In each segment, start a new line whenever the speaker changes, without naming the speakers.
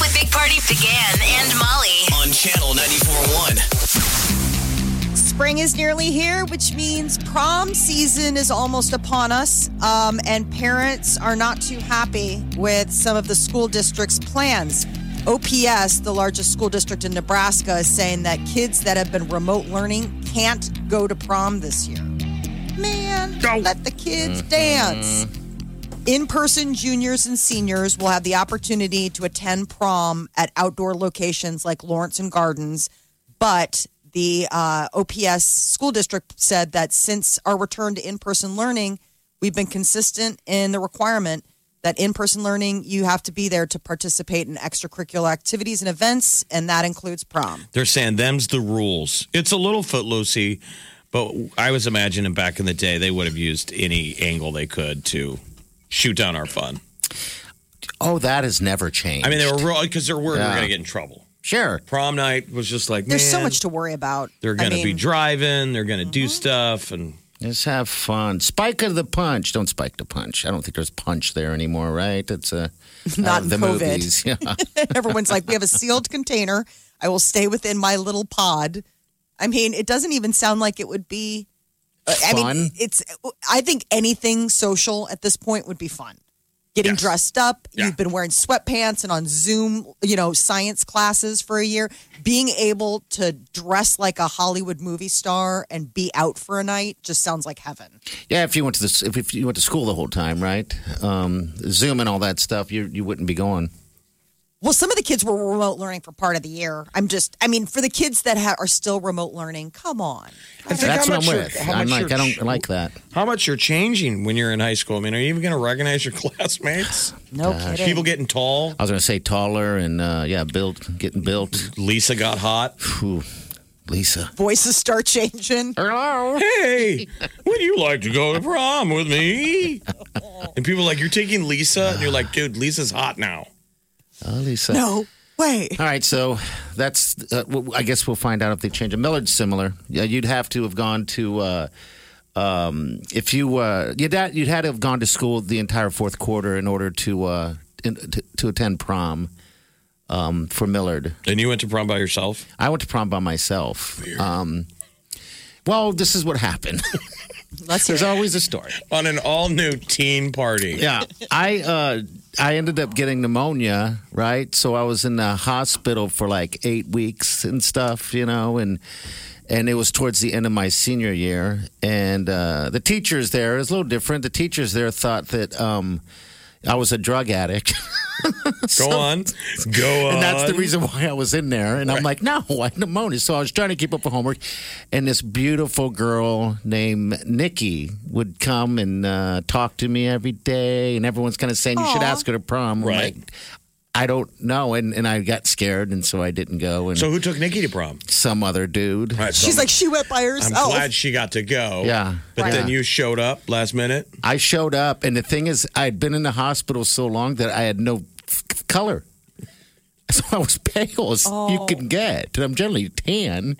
With Big Party began and Molly.
on channel 941.
Spring is nearly here, which means prom season is almost upon us, um, and parents are not too happy with some of the school district's plans. OPS, the largest school district in Nebraska, is saying that kids that have been remote learning can't go to prom this year. Man, let the kids dance. In person juniors and seniors will have the opportunity to attend prom at outdoor locations like Lawrence and Gardens. But the uh, OPS school district said that since our return to in person learning, we've been consistent in the requirement that in person learning, you have to be there to participate in extracurricular activities and events, and that includes prom.
They're saying them's the rules. It's a little footloosey, but I was imagining back in the day they would have used any angle they could to shoot down our fun.
Oh, that has never changed.
I mean, they were because they're worried we we're
Yeah.
going to get in trouble.
sure.
Prom night was just like
There's so
man,
much to worry about.
They're
I
going to be
mean-
driving. They're going to do stuff, and
Just have fun. Spike of the punch. Don't spike the punch. I don't think there's punch there anymore, right? It's a
Not
out of the
in COVID.
movies. Yeah.
Everyone's like, we have a sealed container. I will stay within my little pod. I mean, it doesn't even sound like it would be. uh, I mean,
Fun.
it's. I think anything social at this point would be fun. Getting
Yes.
dressed up.
Yeah.
You've been wearing sweatpants and on Zoom, you know, science classes for a year. Being able to dress like a Hollywood movie star and be out for a night just sounds like heaven.
yeah, if you went to the, if, if you went to school the whole time, right? Um, Zoom and all that stuff, you you wouldn't be going.
Well, some of the kids were remote learning for part of the year. I'm just, I mean, for the kids that ha- are still remote learning, come on.
I think
That's
how
what I'm
much
with.
you're- how
I'm
much
like, I
you're-
don't like that.
How much you're changing when you're in high school? I mean, are you even going to recognize your classmates?
No kidding.
People getting tall.
I was going to say taller and uh, yeah, built getting built.
Lisa got hot.
Phew. Lisa.
voices start changing.
Hello.
Hey, would you like to go to prom with me? And people are like, you're taking Lisa, and you're like, dude, Lisa's hot now.
Oh, Lisa.
No way.
All right, so that's. Uh, w- I guess we'll find out if they change it. Millard's similar. Yeah, you'd have to have gone to. Uh, um, if you uh, you'd had, you'd had to have gone to school the entire fourth quarter in order to uh, in, to, to attend prom. Um, for Millard,
And you went to prom by yourself?
I went to prom by myself. Um, well, this is what happened.
Let's hear
There's always a story.
On an all new teen party.
Yeah, I uh, I ended up getting pneumonia, right? So I was in the hospital for like eight weeks and stuff, you know, and and it was towards the end of my senior year, and uh, the teachers there is a little different. The teachers there thought that um, I was a drug addict.
Go on. Go on.
And that's the reason why I was in there. And I'm like, no, I had pneumonia. So I was trying to keep up with homework. And this beautiful girl named Nikki would come and uh, talk to me every day. And everyone's kind of saying, you should ask her to prom. I'm
Right.
like, I don't know. And, and I got scared. And so I didn't go. And
So who took Nikki to prom?
some other dude.
All right, so
She's
I'm-
like, she went by
I'm
herself.
glad she got to go.
oh. Yeah.
But
Right.
then you showed up last minute.
I showed up. And the thing is, I had been in the hospital so long that I had no f- color. So I was pale as
Oh.
you can get. And I'm generally tan.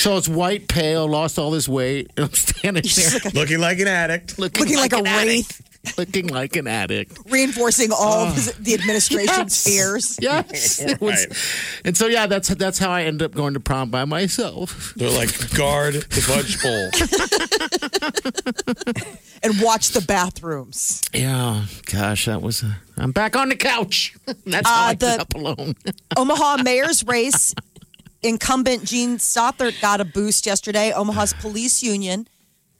So I was white, pale, lost all this weight, and I'm standing there
Looking like an addict.
Looking like,
an
a
addict.
wraith,
looking like an addict.
reinforcing all
Oh.
of his- the administration's
Yes.
fears.
Yes, it was. And so yeah, that's that's how I ended up going to prom by myself.
They're like, guard the punch bowl.
And watch the bathrooms.
Yeah, gosh, that was. i I'm back on the couch. That's
Uh,
how I
the-
ended up alone.
Omaha mayor's race. Incumbent Gene Stothert got a boost yesterday. Omaha's police union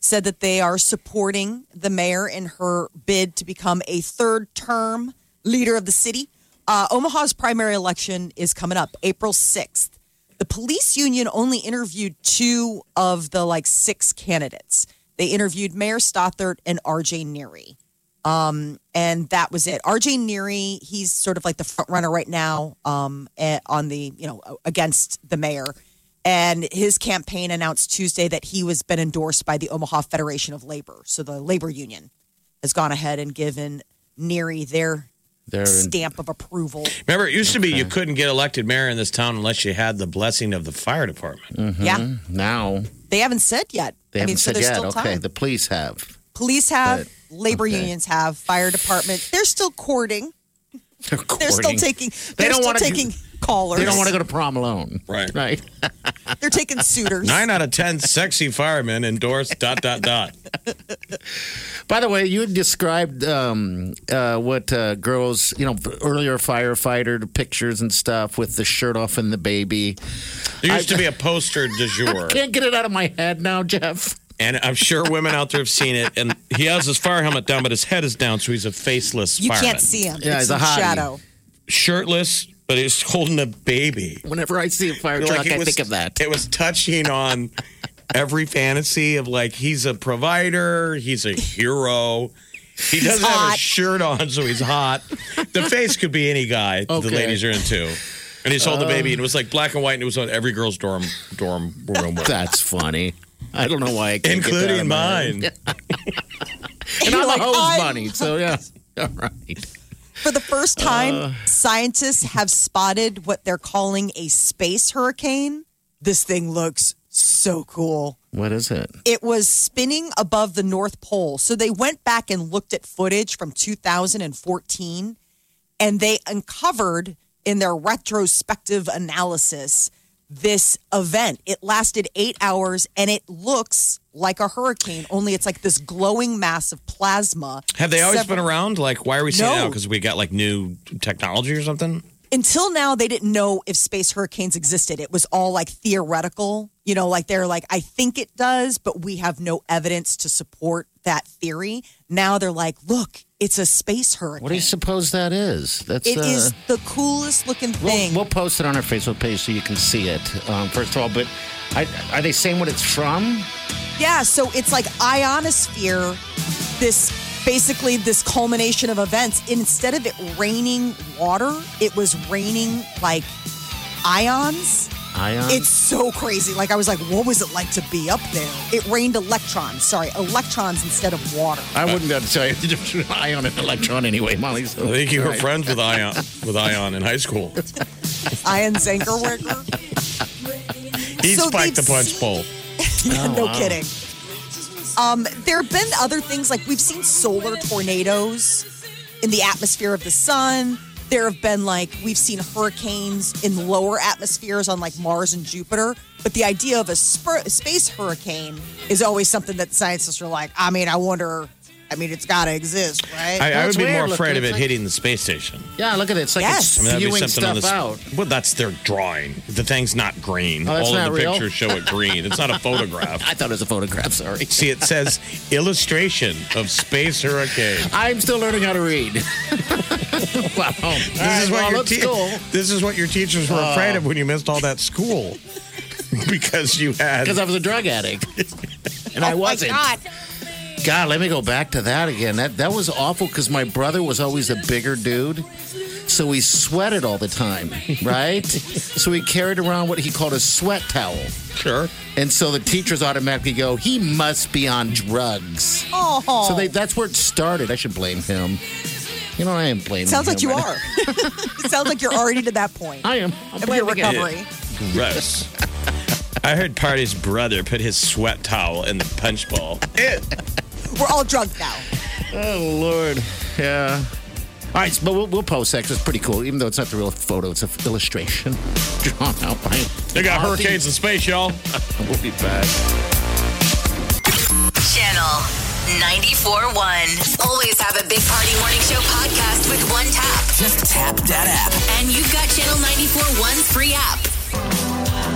said that they are supporting the mayor in her bid to become a third term leader of the city. Uh, Omaha's primary election is coming up April 6th. The police union only interviewed two of the like six candidates. They interviewed Mayor Stothert and RJ Neary. Um, and that was it. RJ Neary, he's sort of like the front runner right now um, eh, on the, you know, against the mayor. And his campaign announced Tuesday that he was been endorsed by the Omaha Federation of Labor. So the labor union has gone ahead and given Neary their
They're in,
stamp of approval.
Remember, it used to be you couldn't get elected mayor in this town unless you had the blessing of the fire
Mm.
department.
Yeah.
now.
They haven't said yet.
Mm-hmm. They
I
haven't
mean, so
said
there's
yet.
still time.
Okay, the police have.
Police have, labor
okay.
unions have, fire department. They're still courting.
They're,
They're still
courting.
taking.
They
They're
don't
still
wanna do-
taking callers.
They don't want to go to prom alone.
Right.
Right.
They're taking suitors.
Nine out of ten sexy firemen endorse dot dot dot.
By the way, you had described um, uh, what uh, girls, you know, earlier firefighter pictures and stuff with the shirt off and the baby.
There used to be a poster du jour,
Can't get it out of my head now, Jeff.
and I'm sure women out there have seen it. And he has his fire helmet down, but his head is down, so he's a faceless
you
fireman.
can't see him.
Yeah,
it's
he's a
in
hottie.
shadow.
Shirtless, but he's holding a baby.
Whenever I see a fire
Like,
truck,
it
I
was-
think of that.
It was touching on every fantasy of like he's a provider, he's a hero. He doesn't have
hot.
his shirt on, so he's hot. The face could be any guy the
Okay.
ladies are into. And he's holding the baby, and it was like black and white, and it was on every girl's dorm dorm room,
That's funny. I don't know why. I can't get that out of
including
my head.
mine.
And I'm
You're
a
like,
hose
I'm-
bunny, so yeah. All right.
For the first time,
Uh.
scientists have spotted what they're calling a space hurricane. This thing looks so cool.
What is it?
it was spinning above the North Pole. So they went back and looked at footage from 2014 and they uncovered in their retrospective analysis this event. It lasted eight hours and it looks like a hurricane, only it's like this glowing mass of plasma.
Have they always
Several-
been around? Like, why are we seeing it
No.
now? Because we got like new technology or something?
until now they didn't know if space hurricanes existed it was all like theoretical you know like they're like i think it does but we have no evidence to support that theory now they're like look it's a space hurricane
What do you suppose that is? That's
It
uh,
is the coolest looking
We'll,
thing
we'll post it on our Facebook page so you can see it. Um, first of all, but I, are they saying what it's from?
yeah so it's like ionosphere this basically this culmination of events instead of it raining water it was raining like ions
Ion.
It's so crazy. Like I was like, what was it like to be up there? It rained electrons. Sorry, electrons instead of water.
I wouldn't be able to tell you the difference between an ion and an electron anyway, Molly. So.
I think you were friends with Ion with Ion in high school.
Ian Zankerwicker.
He
So
spiked the
they've
punch
seen-
bowl.
Yeah, no
wow.
kidding. Um, there have been other things like we've seen solar tornadoes in the atmosphere of the sun. There have been like we've seen hurricanes in lower atmospheres on like Mars and Jupiter. But the idea of a spur- space hurricane is always something that scientists are like. I mean, I wonder. I mean, it's got to exist, right?
I, I would
That's
be
weird
more
looking.
afraid of
It's
it
like-
hitting the space station.
Yeah, look at it. It's like
Yes. I
it's
mean, that'd be
spewing
something on
stuff
this.
out.
Well, that's their drawing. The thing's not green.
Oh, that's
All
not
of the
real?
pictures show it green. It's not a photograph.
I thought it was a photograph. Sorry.
See, it says illustration of space hurricane.
I'm still learning how to read. wow. This
This is, what
well,
your
let's
te-
go. Uh.
this is what your teachers were afraid of when you missed all that school because you had.
Because I was a drug addict. Oh And I wasn't. God. let me go back to that again. That that was awful because my brother was always a bigger dude. So he sweated all the time, right? so he carried around what he called a sweat towel.
Sure.
And so the teachers automatically go, he must be on drugs.
Oh,
So they, that's where it started. I should blame him. You know, I am blaming
sounds like
him
you
right
are. it sounds like you're already to that point
now. I am. I'm
of your
blaming him.
recovery.
Gross. I heard Party's brother put his sweat towel in the punch bowl. Ew.
We're all drunk now.
Oh Lord, yeah. All right, but we'll, we'll post that 'cause it's pretty cool. Even though it's not the real photo, it's an illustration drawn out by.
They got hurricanes in space, y'all.
We'll be back.
Channel 94.1. Always have a Big Party Morning Show podcast with one tap.
Just tap that app.
And you've got Channel 94.1's free app.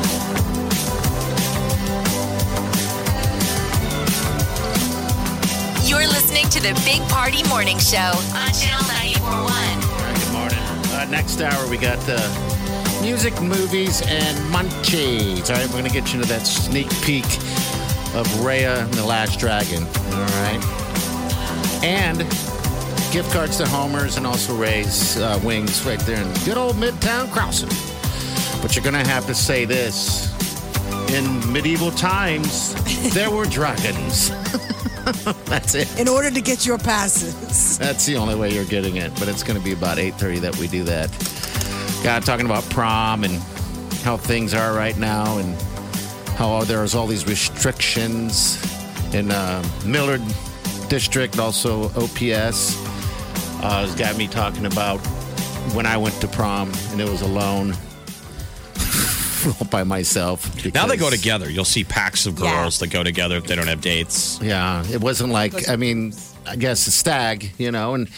You're listening to the Big Party Morning Show on Channel 94.1.
All right, good morning. Uh, next hour we got the music, movies, and munchies. All right, we're gonna get you into that sneak peek of Raya and the Last Dragon. All right, and gift cards to Homer's and also Ray's uh, Wings right there in good old Midtown Crowson. But you're going to have to say this. In medieval times, there were dragons. That's it.
in order to get your passes.
That's the only way you're getting it. But it's going to be about 8:30 that we do that. God, talking about prom and how things are right now, and how there's all these restrictions in uh, Millard District, also OPS. Uh, has got me talking about when I went to prom and it was alone, all by myself.
Now they go
because-
together. You'll see packs of girls that go together if they don't have dates.
Yeah, it wasn't like I mean, I guess a stag, you know. And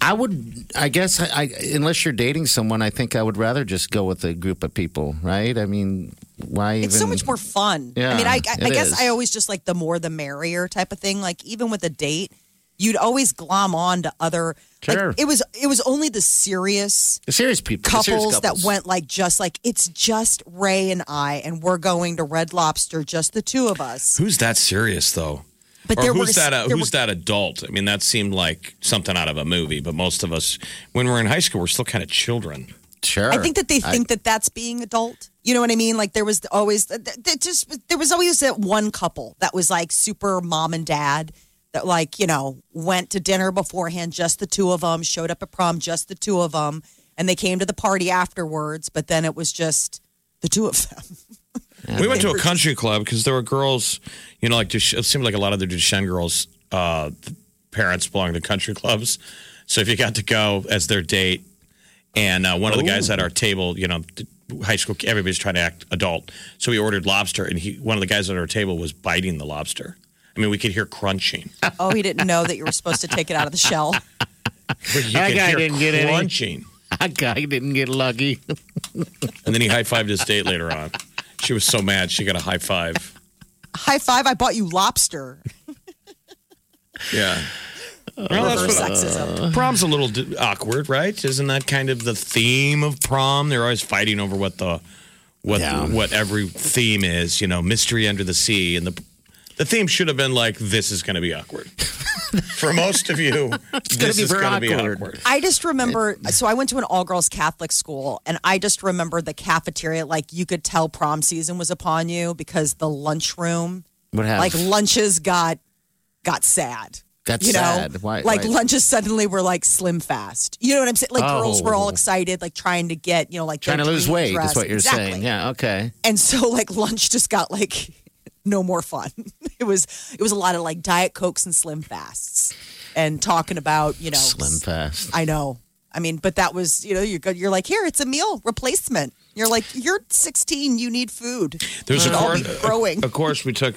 I would, I guess, I, I unless you're dating someone, I think I would rather just go with a group of people, right? I mean, why even?
It's so much more fun. I
Yeah,
mean, I, I, I
it
guess
is.
I always just like the more the merrier type of thing. Like even with a date, you'd always glom on to other. like,
Sure.
it was it was only the serious
The serious people, the
couples,
serious
that went like just like it's just Ray and I, and we're going to Red Lobster, just the two of us.
Who's that serious though?
But
or
there
who's
were
that? Uh,
there
who's
were,
that adult? I mean, that seemed like something out of a movie. But most of us, when we're in high school, we're still kind of children.
Sure.
I think that they think that that's being adult. You know what I mean? Like there was always th- th- th- just there was always that one couple that was like super mom and dad that like you know went to dinner beforehand, just the two of them showed up at prom, just the two of them, and they came to the party afterwards. But then it was just the two of them.
we went to a country club because there were girls, you know, like Dush- it seemed like a lot of the Duchenne girls' uh, the parents belonged to country clubs. So if you got to go as their date, and uh, one of the guys at our table, you know, th- high school, everybody's trying to act adult. So we ordered lobster, and he, one of the guys at our table was biting the lobster. I mean, we could hear crunching.
Oh, he didn't know that you were supposed to take it out of the shell.
You could
That guy
hear
didn't get any.
crunching.
that guy didn't get lucky.
And then he high fived his date later on. She was so mad she got a high five.
High five! I bought you lobster.
Yeah. Well, that's
Reverse
what- uh,
sexism.
Prom's a little d- awkward, right? Isn't that kind of the theme of prom? They're always fighting over what the what
Yeah.
what every theme is. You know, mystery under the sea, and the the theme should have been like this is going to be awkward for most of you. this
be
is
very
going to be
awkward.
awkward.
I just remember. So I went to an all girls Catholic school, and I just remember the cafeteria. Like you could tell prom season was upon you because the lunchroom,
What
like
happened?
lunches, got got sad.
Got
you know,
sad. Why-
like
why-
lunches suddenly were like slim fast. You know what I'm saying? Like girls were all
Oh.
excited, like trying to get you know, like
trying to
their
lose
dream
weight
dress.
is what you're
Exactly.
saying. Yeah. Okay.
And so like lunch just got like no more fun. It was it was a lot of like diet cokes and slim fasts, and talking about you know
Slim fast.
I know. I mean, but that was you know you're good. You're like here, it's a meal replacement. You're like you're 16, you need food.
There's a
Should all
course,
be growing.
A, a course we took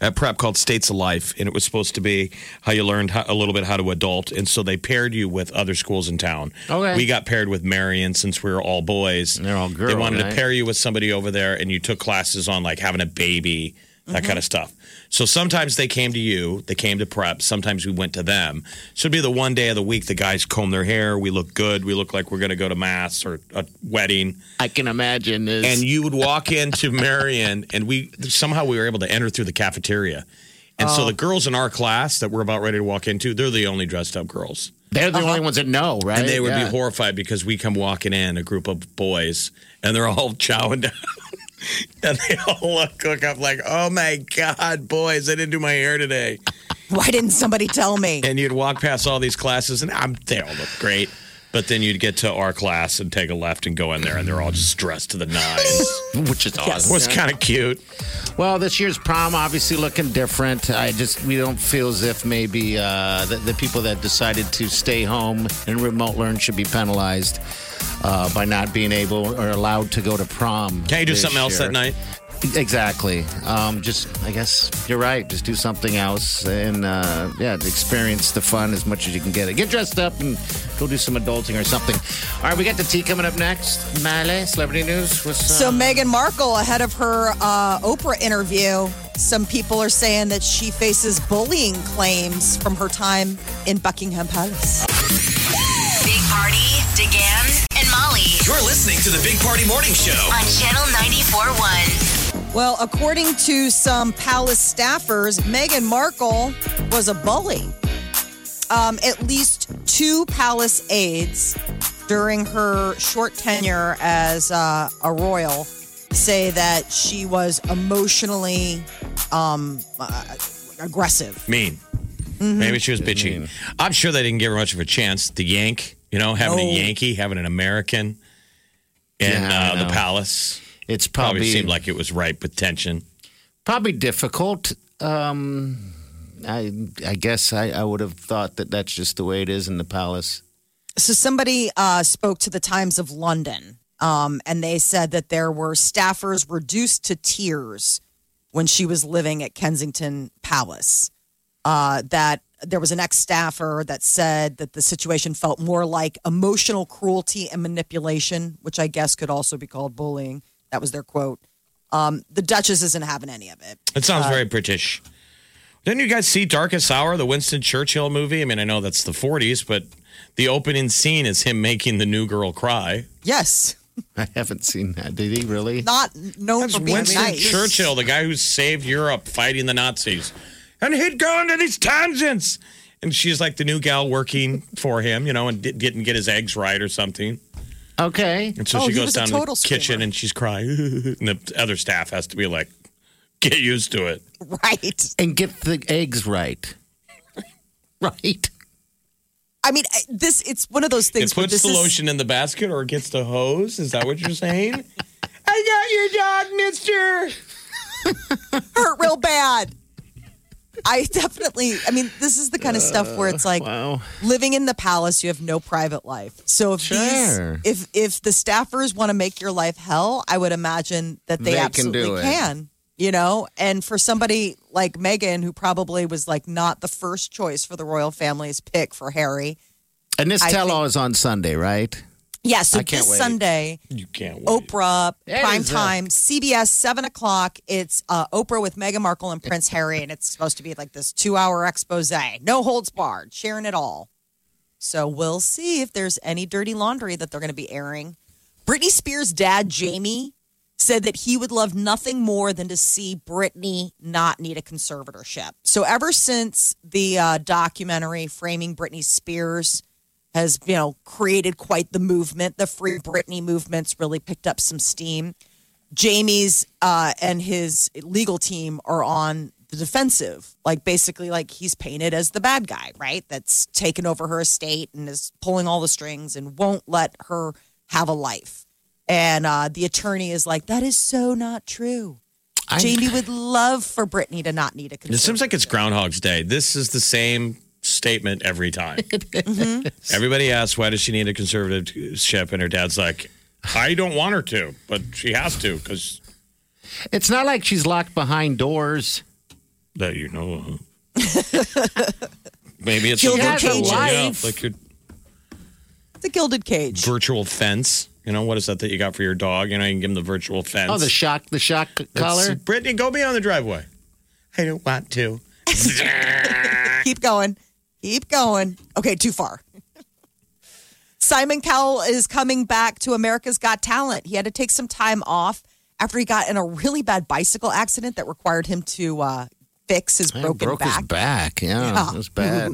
at prep called States of Life, and it was supposed to be how you learned how, a little bit how to adult. And so they paired you with other schools in town.
Okay.
We got paired with Marion since we were all boys.
they're all
They
girl,
wanted to
right?
pair you with somebody over there, and you took classes on like having a baby,
Mm-hmm.
that kind of stuff. So sometimes they came to you, they came to prep. Sometimes we went to them. So it'd be the one day of the week the guys comb their hair. We look good. We look like we're going to go to mass or a wedding
I can imagine this.
and you would walk into Marion, and we somehow we were able to enter through the cafeteria. And so the girls in our class that we're about ready to walk into, they're the only dressed up girls.
they're the
Uh-huh.
only ones that know, right?
And they would
Yeah.
be horrified because we come walking in, a group of boys, and they're all chowing down. and they all look, look up like, oh my God, boys, I didn't do my hair today.
Why didn't somebody tell me?
And you'd walk past all these classes, and I'm, they all look great. But then you'd get to our class and take a left and go in there, and they're all just dressed to the nines.
which is awesome.
it was kind of cute.
Well, this year's prom obviously looking different. I just we don't feel as if maybe uh, the, the people that decided to stay home and remote learn should be penalized uh, by not being able or allowed to go to prom.
Can you do
this
something else
year.
that night?
Exactly. Um, just I guess you're right. Just do something else and uh, yeah, experience the fun as much as you can get it. Get dressed up and go do some adulting or something. All right, we got the tea coming up next. Male celebrity news. What's
So
uh,
Meghan Markle, ahead of her uh, Oprah interview, some people are saying that she faces bullying claims from her time in Buckingham Palace.
Big Party, DeGan, and Molly
You're listening to the Big Party Morning Show.
on Channel 94.1.
Well, according to some palace staffers, Meghan Markle was a bully. um, at least two palace aides during her short tenure as uh, a royal say that she was emotionally um, uh, aggressive.
Mean.
Mm-hmm.
Maybe she was bitchy. I'm sure they didn't give her much of a chance. The Yank, you know, having
No.
a Yankee, having an American in
Yeah, I
uh, the
know.
palace
It's
probably
probably
seemed like it was ripe with tension.
probably difficult. Um, I I guess I, I would have thought that that's just the way it is in the palace.
So somebody uh, spoke to the Times of London, um, and they said that there were staffers reduced to tears when she was living at Kensington Palace. Uh, that there was an ex staffer that said that the situation felt more like emotional cruelty and manipulation, which I guess could also be called bullying. That was their quote. Um, the Duchess isn't having any of it.
It sounds very British. Didn't you guys see Darkest Hour, the Winston Churchill movie? I mean, I know that's the 40s, but the opening scene is him making the new girl cry.
Yes,
I haven't seen that. Did he really?
not known
That's
for being
Winston
nice.
Churchill, the guy who saved Europe fighting the Nazis. And he'd go into these tangents. And she's like the new gal working for him, you know, and di- didn't get his eggs right or something.
Okay.
And so
Oh,
she
he
goes
was a
down to the
total screamer.
kitchen and she's crying. And the other staff has to be like, get used to it.
right?
And get the eggs right. right.
I mean, I- this it's one of those things.
it
where
puts
this
the
is-
lotion in the basket or it gets the hose. Is that what you're saying? I got your dog, mister.
hurt real bad. I definitely, I mean, this is the kind of stuff where it's like
Uh, Wow.
living in the palace, you have no private life. So if
Sure.
these, if if the staffers want to make your life hell, I would imagine that they,
They can do
absolutely
it.
can. You know, and for somebody like Megan, who probably was like not the first choice for the royal family's pick for Harry.
And this
I
tell all is on Sunday, right?
Yeah, so
I can't
this
wait.
Sunday,
You can't wait.
Oprah,
That
prime
is uh, a-
time, CBS, seven o'clock. It's uh, Oprah with Meghan Markle and Prince Harry, and it's supposed to be like this two-hour expose, no holds barred, sharing it all. So we'll see if there's any dirty laundry that they're going to be airing. Britney Spears' dad, Jamie, said that he would love nothing more than to see Britney not need a conservatorship. So ever since the uh, documentary framing Britney Spears has you know created quite the movement, the Free Britney movement's really picked up some steam. Jamie's uh, and his legal team are on the defensive, like basically like he's painted as the bad guy, right? That's taken over her estate and is pulling all the strings and won't let her have a life. And uh, the attorney is like, that is so not true.
I-
Jamie would love for Brittany to not need a.
It seems like it's Groundhog's Day. This is the same statement every time.
Mm-hmm.
Everybody asks, why does she need a conservative ship? And her dad's like, I don't want her to, but she has to because
It's not like she's locked behind doors.
that you know. of." Maybe it's
Gilded
a virtual,
cages.
yeah, like your
it's a gilded cage.
virtual fence. You know, what is that that you got for your dog? You know, you can give him the virtual fence.
Oh, the shock, the shock
It's-
collar.
Brittany, go beyond the driveway. I don't want to.
Keep going. Keep going. Okay, too far. Simon Cowell is coming back to America's Got Talent. He had to take some time off after he got in a really bad bicycle accident that required him to uh, fix his
Man,
broken
broke
back.
his back. Yeah,
Yeah.
it was bad.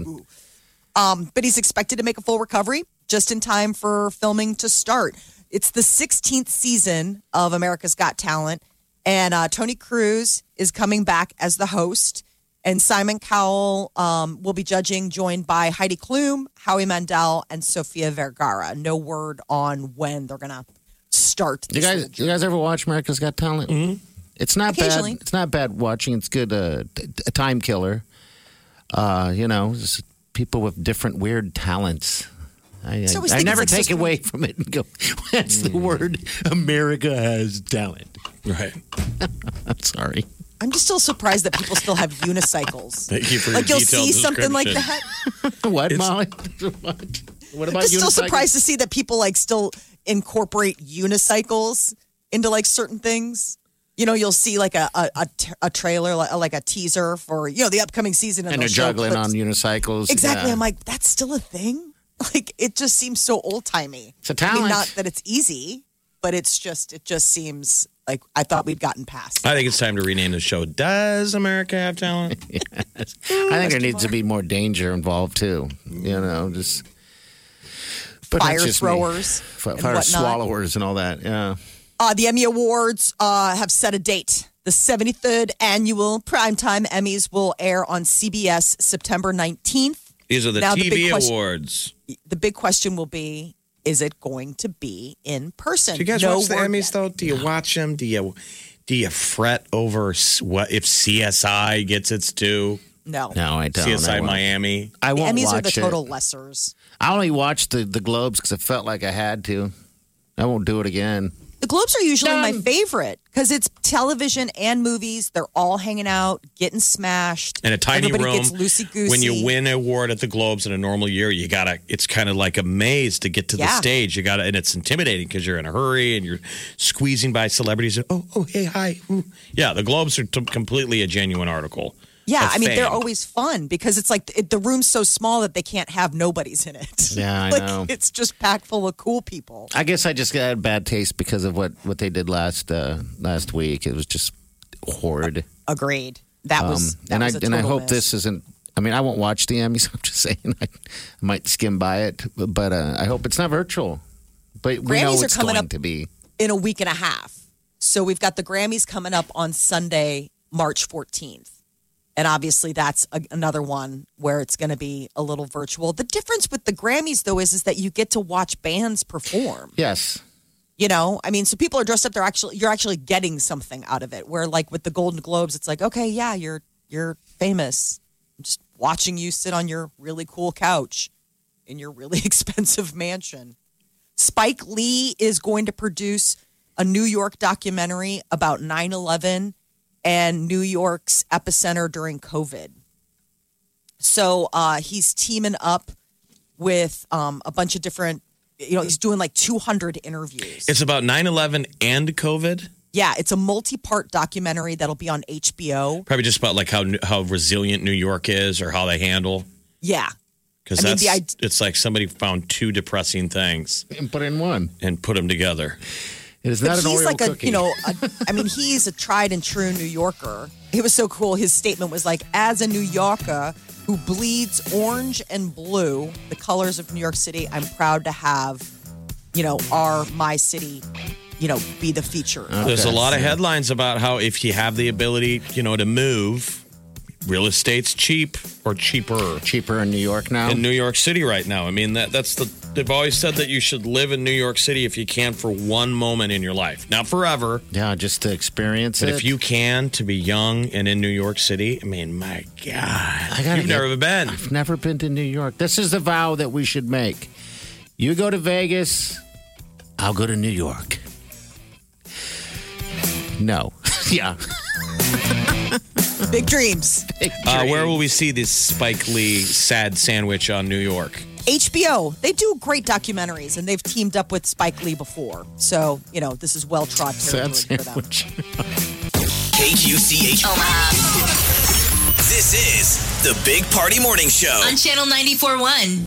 Um, but he's expected to make a full recovery just in time for filming to start. It's the 16th season of America's Got Talent, and uh, Tony Cruz is coming back as the host, and Simon Cowell um, will be judging, joined by Heidi Klum, Howie Mandel, and Sofia Vergara. No word on when they're gonna start.
You
this
guys, you guys ever watch America's Got Talent? Mm-hmm. It's not bad.
Occasionally.
It's not bad watching. It's good. Uh, t- a time killer. Uh, you know, just people with different weird talents. I,
So I always
I, I
think it's
never
like
take
just-
away from it and go. That's the word. America has talent.
Right.
I'm sorry.
I'm just still surprised that people still have unicycles.
Thank you for your
like you'll
detailed
see something like
description.
that.
What, Molly? what? What about
I'm just
you?
still surprised to see that people like still incorporate unicycles into like certain things. You know, you'll see like a a, a, t- a trailer, like, like a teaser for you know the upcoming season,
And
they'll
they're
show
juggling
clips.
on unicycles.
Exactly,
Yeah.
I'm like, that's still a thing. Like it just seems so old timey.
It's a
I mean,
talent.
not that it's easy, but it's just it just seems Like I thought we'd gotten past.
I think it's time to rename the show. Does America have talent?
I think there needs to be more danger involved too. You know, just but that's
Fire
just me.
throwers
Fi-
and
fire
whatnot.
swallowers, and all that. Yeah,
Uh, the Emmy Awards uh, have set a date. The 73rd annual Primetime Emmys will air on CBS September 19th.
These are the
Now the big
TV
question-
awards.
The big question will be is it going to be in person?
Do you guys
No
watch the
word
Emmys
yet.
though? Do you watch them? Do you do you fret over s- what if CSI gets its due?
No.
no, I don't. I
CSI
won't,
Miami.
I
The
won't
Emmys
watch
are the
it.
total lessers.
I only watched the the Globes because I felt like I had to. I won't do it again.
The Globes are usually my favorite because it's television and movies. They're all hanging out, getting smashed.
in a tiny
Everybody
room.
gets loosey-goosey.
When you win an award at the Globes in a normal year, you gotta. It's kind of like a maze to get to the
Yeah.
stage. You gotta, and it's intimidating because you're in a hurry and you're squeezing by celebrities. And, oh, oh, hey, hi. Ooh. Yeah, the Globes are t- completely a genuine article.
Yeah,
of
I mean they're
fame.
always fun because it's like it, the room's so small that they can't have nobodies in it.
Yeah, I
like,
know.
It's just packed full of cool people.
I guess I just had bad taste because of what what they did last uh, last week. It was just horrid.
Agreed. That was that
Um, and I
was a
and I
total
hope this isn't. I mean, I won't watch the Emmys. I'm just saying I might skim by it, but uh, I hope it's not virtual. But we know
Grammys are
it's
coming
going
up-
to be.
in a week and a half. So we've got the Grammys coming up on Sunday, March 14th. And obviously that's a, another one where it's going to be a little virtual. The difference with the Grammys though is is that you get to watch bands perform.
Yes.
You know, I mean, so people are dressed up. They're actually you're actually getting something out of it. Where like with the Golden Globes, it's like, okay, yeah, you're you're famous. I'm just watching you sit on your really cool couch in your really expensive mansion. Spike Lee is going to produce a New York documentary about 9/11 and New York's epicenter during COVID. So uh, he's teaming up with um, a bunch of different. You know, he's doing like 200 interviews.
It's about 9-11 and COVID.
Yeah, it's a multi-part documentary that'll be on HBO.
Probably just about like how how resilient New York is or how they handle.
Yeah.
Because
I mean,
that's
the
it's like somebody found two depressing things
And put in one.
and put them together.
It is
But
not an
he's
Oreo
like
cookie.
a, you know, a, I mean, he's a tried and true New Yorker. It was so cool. His statement was like, as a New Yorker who bleeds orange and blue, the colors of New York City, I'm proud to have, you know, our, my city, you know, be the feature.
There's a lot of headlines about how if you have the ability, you know, to move, real estate's cheap or cheaper
cheaper in New York now.
in New York City right now. I mean, that that's the they've always said that you should live in New York City if you can for one moment in your life, not forever.
yeah, just to experience
But
it.
if you can to be young and in New York City, I mean, my God,
I gotta
you've
get-
never been.
I've never been to New York. This is the vow that we should make. You go to Vegas, I'll go to New York. No. yeah.
Big dreams.
Uh, where will we see this Spike Lee sad sandwich on New York?
HBO, they do great documentaries and they've teamed up with Spike Lee before. So, you know, this is well trod territory
Sad
for them.
sandwich.
KQCH.
Omaha
This is the Big Party Morning Show.
on Channel 94.1.